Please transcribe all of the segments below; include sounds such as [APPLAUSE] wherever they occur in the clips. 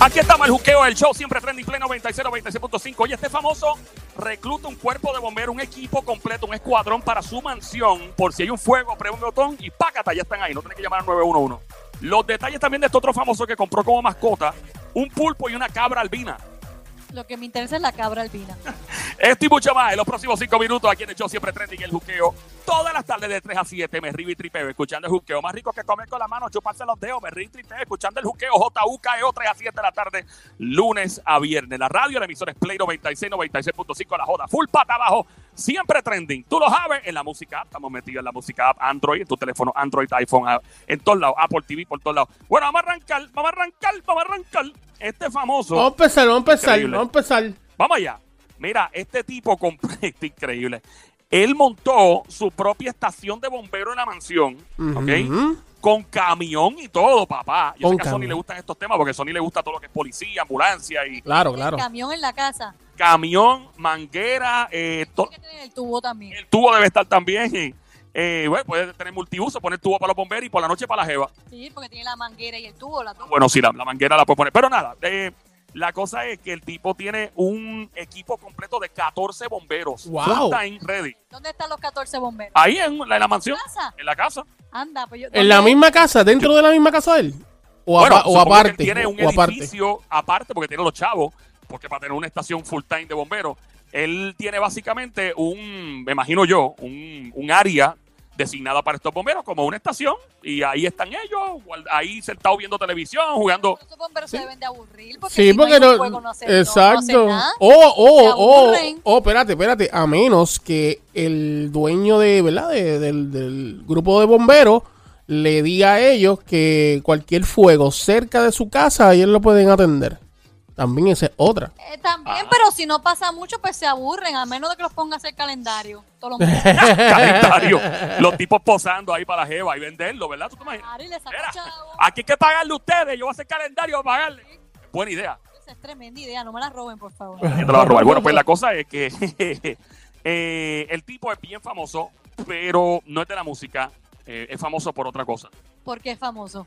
Aquí estamos, el juqueo del show, siempre trending play 96, 96.5. Oye, este famoso recluta un cuerpo de bomberos, un equipo completo, un escuadrón para su mansión, por si hay un fuego, preme un botón y pácata, ya están ahí, no tienen que llamar al 911. Los detalles también de este otro famoso que compró como mascota, un pulpo y una cabra albina. Lo que me interesa es la cabra albina. Esto y mucho más en los próximos cinco minutos aquí en el show siempre trending el juqueo. Todas las tardes de 3 a 7 me río y tripeo escuchando el juqueo. Más rico que comer con la mano, chuparse los dedos, me río y tripeo escuchando el juqueo. JUKEO 3 E a 7 de la tarde, lunes a viernes. La radio, la emisora es Play 96, 96.5, la joda. Full pata abajo, siempre trending. Tú lo sabes en la música app. Estamos metidos en la música app Android, en tu teléfono Android, iPhone, app, en todos lados, Apple TV, por todos lados. Bueno, vamos a arrancar, vamos a arrancar, vamos a arrancar. Este famoso. Vamos a empezar, vamos a empezar, Increíble. vamos a empezar. Vamos allá. Mira, este tipo compró, esto es [LAUGHS] increíble. Él montó su propia estación de bombero en la mansión, ¿ok? Con camión y todo, papá. Yo Con sé que a Sony camión. le gustan estos temas porque a Sony le gusta todo lo que es policía, ambulancia y Claro, El claro. camión en la casa. camión, manguera, eh, to- Tiene que tener el tubo también. el tubo debe estar también. Y, eh, bueno, puede tener multiuso, poner tubo para los bomberos y por la noche para la jeva. Sí, porque tiene la manguera y el tubo, la tubo. Bueno, sí, la, la manguera la puede poner. Pero nada, eh, la cosa es que el tipo tiene un equipo completo de 14 bomberos. Wow. Full time ready. ¿Dónde están los 14 bomberos? Ahí en la, en la mansión. casa? En la casa. Anda, pues yo. Ah, ¿En la ¿dónde- misma casa? ¿Dentro de la misma casa de él? ¿O, apa- o supongo que aparte? él tiene un o aparte. edificio aparte porque tiene los chavos, porque para tener una estación full time de bomberos, él tiene básicamente un, me imagino yo, un, un área designada para estos bomberos como una estación y ahí están ellos, guard- ahí sentados viendo televisión, [LAUGHS] jugando. Esos bomberos se deben de aburrir. Porque Sí, si porque no. hay no. un fuego, no hacen- no- no hacen exacto. nada. Oh, Se oh, oh, aburren. oh, espérate, espérate. A menos que el dueño de, ¿verdad? De- del, del grupo de bomberos le diga a ellos que cualquier fuego cerca de su casa, ellos lo pueden atender. También esa es otra. Eh, también, pero si no pasa mucho, pues se aburren, a menos de que los pongas el calendario. Todos [LAUGHS] los meses. calendario. Los tipos posando ahí para la jeva y venderlo, ¿verdad? ¿Tú te imaginas? Claro, y le saca Mira, chavo. Ah. aquí hay que pagarle a ustedes, yo voy a hacer calendario para pagarle. Buena idea. Esa es tremenda idea, no me la roben, por favor. Ah. Ya [LAUGHS] te la va a robar. Bueno, pues la cosa es que [LAUGHS] eh, el tipo es bien famoso, pero no es de la música. eh, es famoso por otra cosa. Porque es famoso.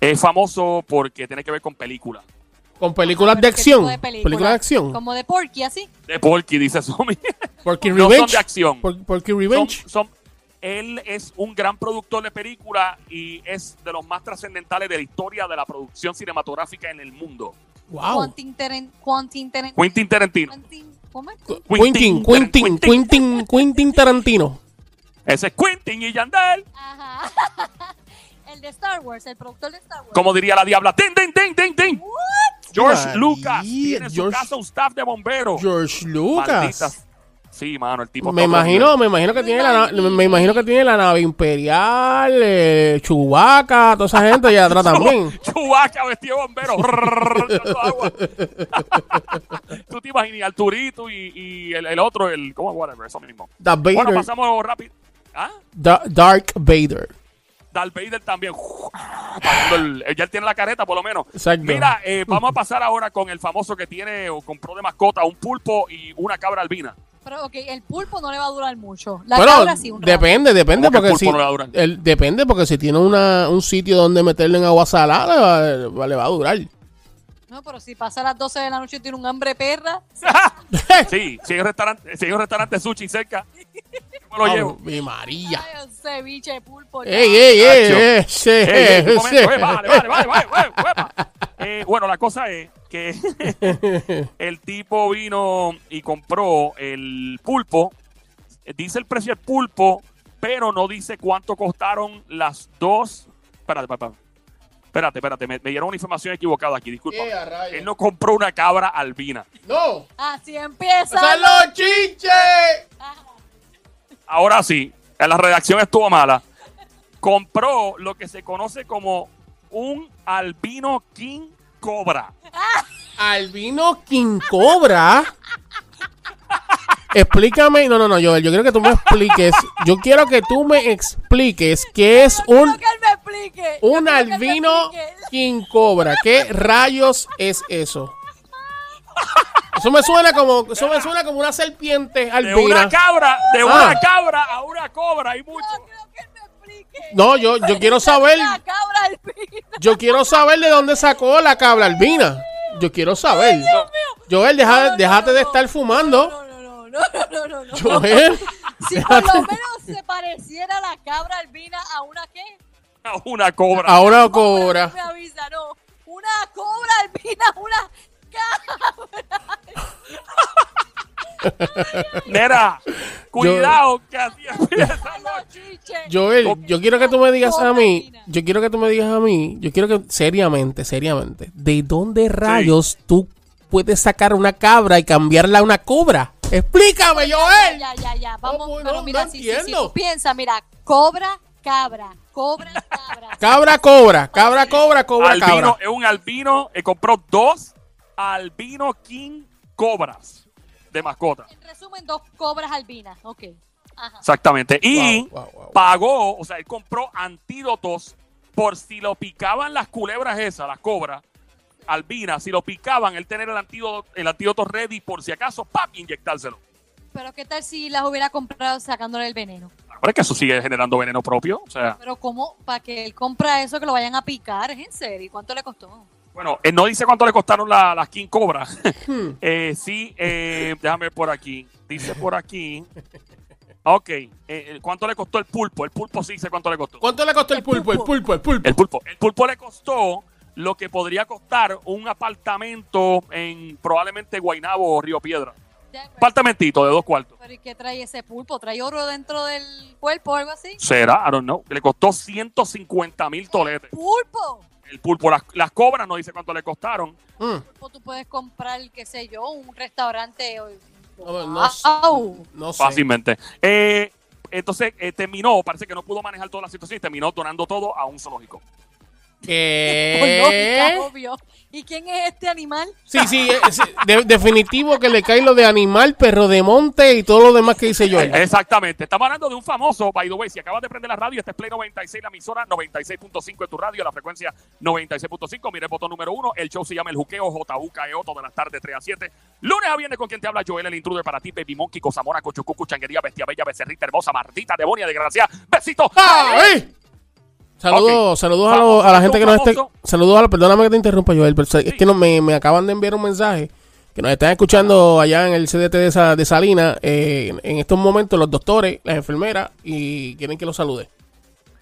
Es famoso porque tiene que ver con películas. Con películas de Ah, Pero ¿qué tipo acción. de película? Películas de acción. Como de Porky, así. De Porky, dice Somi. Porque No son Revenge. de acción. Por- Porque Son- Revenge. son- él es un gran productor de películas y es de los más trascendentales de la historia de la producción cinematográfica en el mundo. Wow. Quentin Teren- Quentin Teren- Quentin Tarantino. Quentin- ¿cómo es? Quentin, Quentin, Quentin, Quentin Tarantino. Ese es Quentin y Yandel. Ajá. [LAUGHS] el de Star Wars, el productor de Star Wars. Como diría la diabla. ¡Tin, tin, tin, tin, tin! George María, Lucas tiene en su George- casa un staff de bomberos. George Maldita- Lucas. Sí, mano, el tipo. Me está imagino, otro me imagino que tiene la na- me me imagino que tiene la nave imperial, eh, Chewbacca, toda esa gente allá atrás [LAUGHS] nivel. también. Chubaca vestido de bombero. [LAUGHS] Rrrr, echando agua. [LAUGHS] Tú te imaginas, y Arturito y, y el, el otro, el. ¿Cómo? Whatever, eso mismo. Darth Vader, Bueno, pasamos rápido. ¿Ah? Da- Dark Vader. Darth Vader también. [LAUGHS] Pagando el- eh, ya él tiene la careta, por lo menos. Exacto. Mira, eh, vamos a pasar ahora con el famoso que tiene o compró de mascota un pulpo y una cabra albina. Pero ok, el pulpo no le va a durar mucho. La Bueno, cabra sí, un rato. depende, depende ¿Cómo que porque el si pulpo no le va a durar? el- depende porque si tiene una, un sitio donde meterle en agua salada le va, le va a durar. No, pero si pasa a las 12 de la noche y tiene un hambre perra, sí, si hay un restaurante, si hay un restaurante sushi cerca, [LAUGHS] yo me lo llevo. Ave María. ay, un ceviche de pulpo. ya. Ey, ey, ey, Nacho. ey, ese- Ey, ey, un momento, ese- eh, bájale, bájale, bájale, bájale, eh, huepa. Eh, bueno, la cosa es que [LAUGHS] el tipo vino y compró el pulpo. Dice el precio del pulpo, pero no dice cuánto costaron las dos. Espérate, papá. Espérate, espérate, me, me dieron una información equivocada aquí, disculpa. Eh, a rayos. Él no compró una cabra albina. ¡No! Así empieza. ¡Son los chinches! Ahora sí, la redacción estuvo mala. Compró lo que se conoce como un albino king cobra. Albino King Cobra. Explícame. No, no, no, Joel. Yo quiero que tú me expliques. Yo quiero que tú me expliques qué es Yo un, quiero que él me explique. Yo un quiero que él me albino explique. [LAUGHS] King Cobra. ¿Qué rayos es eso? Eso me suena como, eso me suena como una serpiente De una albina. cabra, de Ah. una cabra a una cobra, hay mucho. Yo quiero que él me explique. No, yo- yo quiero saber. La cabra albina. Yo quiero saber de dónde sacó la cabra albina. Yo quiero saber. Joel, deja, No, no, déjate no, de no. estar fumando. No, no, no, no, no, no, no. Joel. [LAUGHS] Si por déjate- lo menos se pareciera la cabra albina a una qué. A una cobra. Ahora cobra. Me avisa, no. Una cobra albina, una cabra. [LAUGHS] Nera, cuidado que así empieza. Ay, los chiches. Joel, yo quiero que tú me digas a mí, Cobra albina. yo quiero que tú me digas a mí, yo quiero que seriamente, seriamente, ¿de dónde rayos tú puedes sacar una cabra y cambiarla a una cobra? Explícame, Ya, Joel. ya, ya, ya. Vamos, ¿Cómo? pero eh. No, mira, no sí, sí, sí. entiendo. Tú Piensa, mira, cobra, cabra, cobra, cabra. Cabra cobra, cabra cobra, cobra albino, cabra. es un albino, eh, compró dos albino king cobras de mascota. en resumen, dos cobras albinas. Ok. Ajá. Exactamente. Y Wow, wow, wow, wow. pagó, o sea, él compró antídotos por si lo picaban las culebras esas, las cobras albinas, si lo picaban, él tener el antídoto, el antídoto ready por si acaso, ¡pap! inyectárselo. Pero qué tal si las hubiera comprado sacándole el veneno. Ahora es que eso sigue generando veneno propio. O sea, Pero cómo, para que él compra eso que lo vayan a picar, es en serio. ¿Y cuánto le costó? bueno, él no dice cuánto le costaron la- las King Cobras. [LAUGHS] Eh, sí, eh, déjame ver por aquí. Dice por aquí. Ok, eh, ¿cuánto le costó el pulpo? El pulpo sí dice cuánto le costó. ¿Cuánto le costó el pulpo? El pulpo, el pulpo. El pulpo. El pulpo le costó lo que podría costar un apartamento en probablemente Guaynabo o Río Piedra. Ya, pero- Apartamentito de dos cuartos. Pero ¿y qué trae ese pulpo? ¿Trae oro dentro del cuerpo o algo así? Será, I don't know. Le costó 150 mil toletes. ¡Pulpo! El pulpo, las, las cobras no dice cuánto le costaron. Mm. Pulpo tú puedes comprar, qué sé yo, un restaurante. o- No, Ah, no sé. ¡Wow! No sé. Fácilmente. Eh, entonces eh, terminó, parece que no pudo manejar toda la situación y terminó donando todo a un zoológico. ¿Eh? Por ¿Qué? lógica, obvio. ¿Y quién es este animal? Sí, sí, es- de- definitivo que le cae lo de animal, perro de monte y todo lo demás que dice Joel. Eh, Exactamente. Estamos hablando de un famoso, by the way. Si acabas de prender la radio, este es Play 96, la emisora 96.5 de tu radio, la frecuencia 96.5. Mira el botón número uno. El show se llama El Juqueo, JUKEO, E todas las tardes 3 a 7. Lunes a viernes con quien te habla Joel, el intruder para ti, Baby Monkey, Cosamora, Cochucucu, Changuería, Bestia Bella, Becerrita Hermosa, Martita, Demonia, Desgracia. Besito. ¡Ay! Saludos, Ok. saludos a, Vamos, lo- a la gente que nos famoso. esté. Saludos a la, perdóname que te interrumpa, Joel, pero es que no, me, me acaban de enviar un mensaje que nos están escuchando allá en el CDT de, Sa- de Salina. eh, en- en estos momentos, los doctores, las enfermeras y quieren que los salude.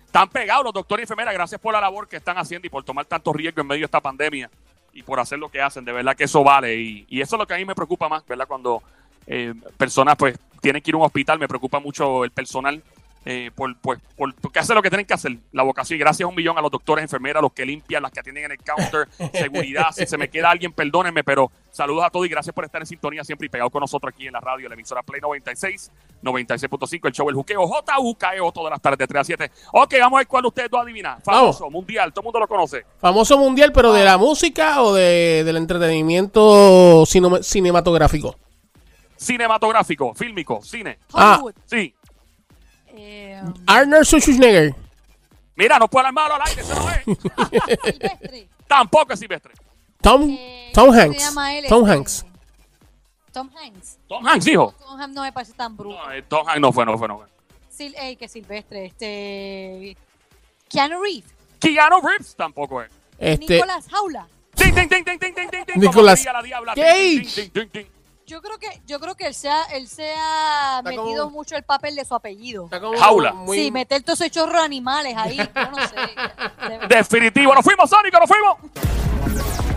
Están pegados los doctores y enfermeras. Gracias por la labor que están haciendo y por tomar tanto riesgo en medio de esta pandemia y por hacer lo que hacen. De verdad que eso vale. Y, y eso es lo que a mí me preocupa más, ¿verdad? Cuando eh, personas pues tienen que ir a un hospital, me preocupa mucho el personal eh, por, pues, por, porque hace lo que tienen que hacer. La vocación. Y gracias a un millón a los doctores, enfermeras, los que limpian, las que atienden en el counter, seguridad. Si se me queda alguien, perdónenme, pero saludos a todos y gracias por estar en sintonía siempre y pegado con nosotros aquí en la radio, la emisora Play 96. 96.5, el show El Juqueo, JUKEO, E todas las tardes de 3 a 7. Ok, vamos a ver cuál ustedes dos adivinan. Famoso, mundial, todo el mundo lo conoce. Famoso mundial, pero de la música o de- del entretenimiento cino- cinematográfico. Cinematográfico, fílmico, cine. Ah. Hollywood. Sí. Eh, Arnold Schwarzenegger. Mira, no puede armarlo al aire, eso no es. silvestre. [LAUGHS] Tampoco es silvestre. Tom, Eh, Tom ¿cómo se Hanks. llama él? Tom Este, Hanks. Tom Hanks. Tom Hanks, hijo. Tom Hanks no me parece tan bruto. No, eh, Tom Hanks no fue, no fue, no fue. Sil ey, que silvestre. Este. Keanu Reeves. Keanu Reeves tampoco es. Este, Nicolás Jaula. Ting, ting, ting, ting, ting, ting, ting, ting, como Nicolas diría la diabla. Cage. Ting, ting, ting, ting, ting. Yo creo que, yo creo que él se ha, él se ha Está como- metido mucho el papel de su apellido. está como Jaula. muy- Sí, meter todos esos chorros de animales ahí. Yo no sé. De- [LAUGHS] Definitivo, nos fuimos, Sónico, nos fuimos.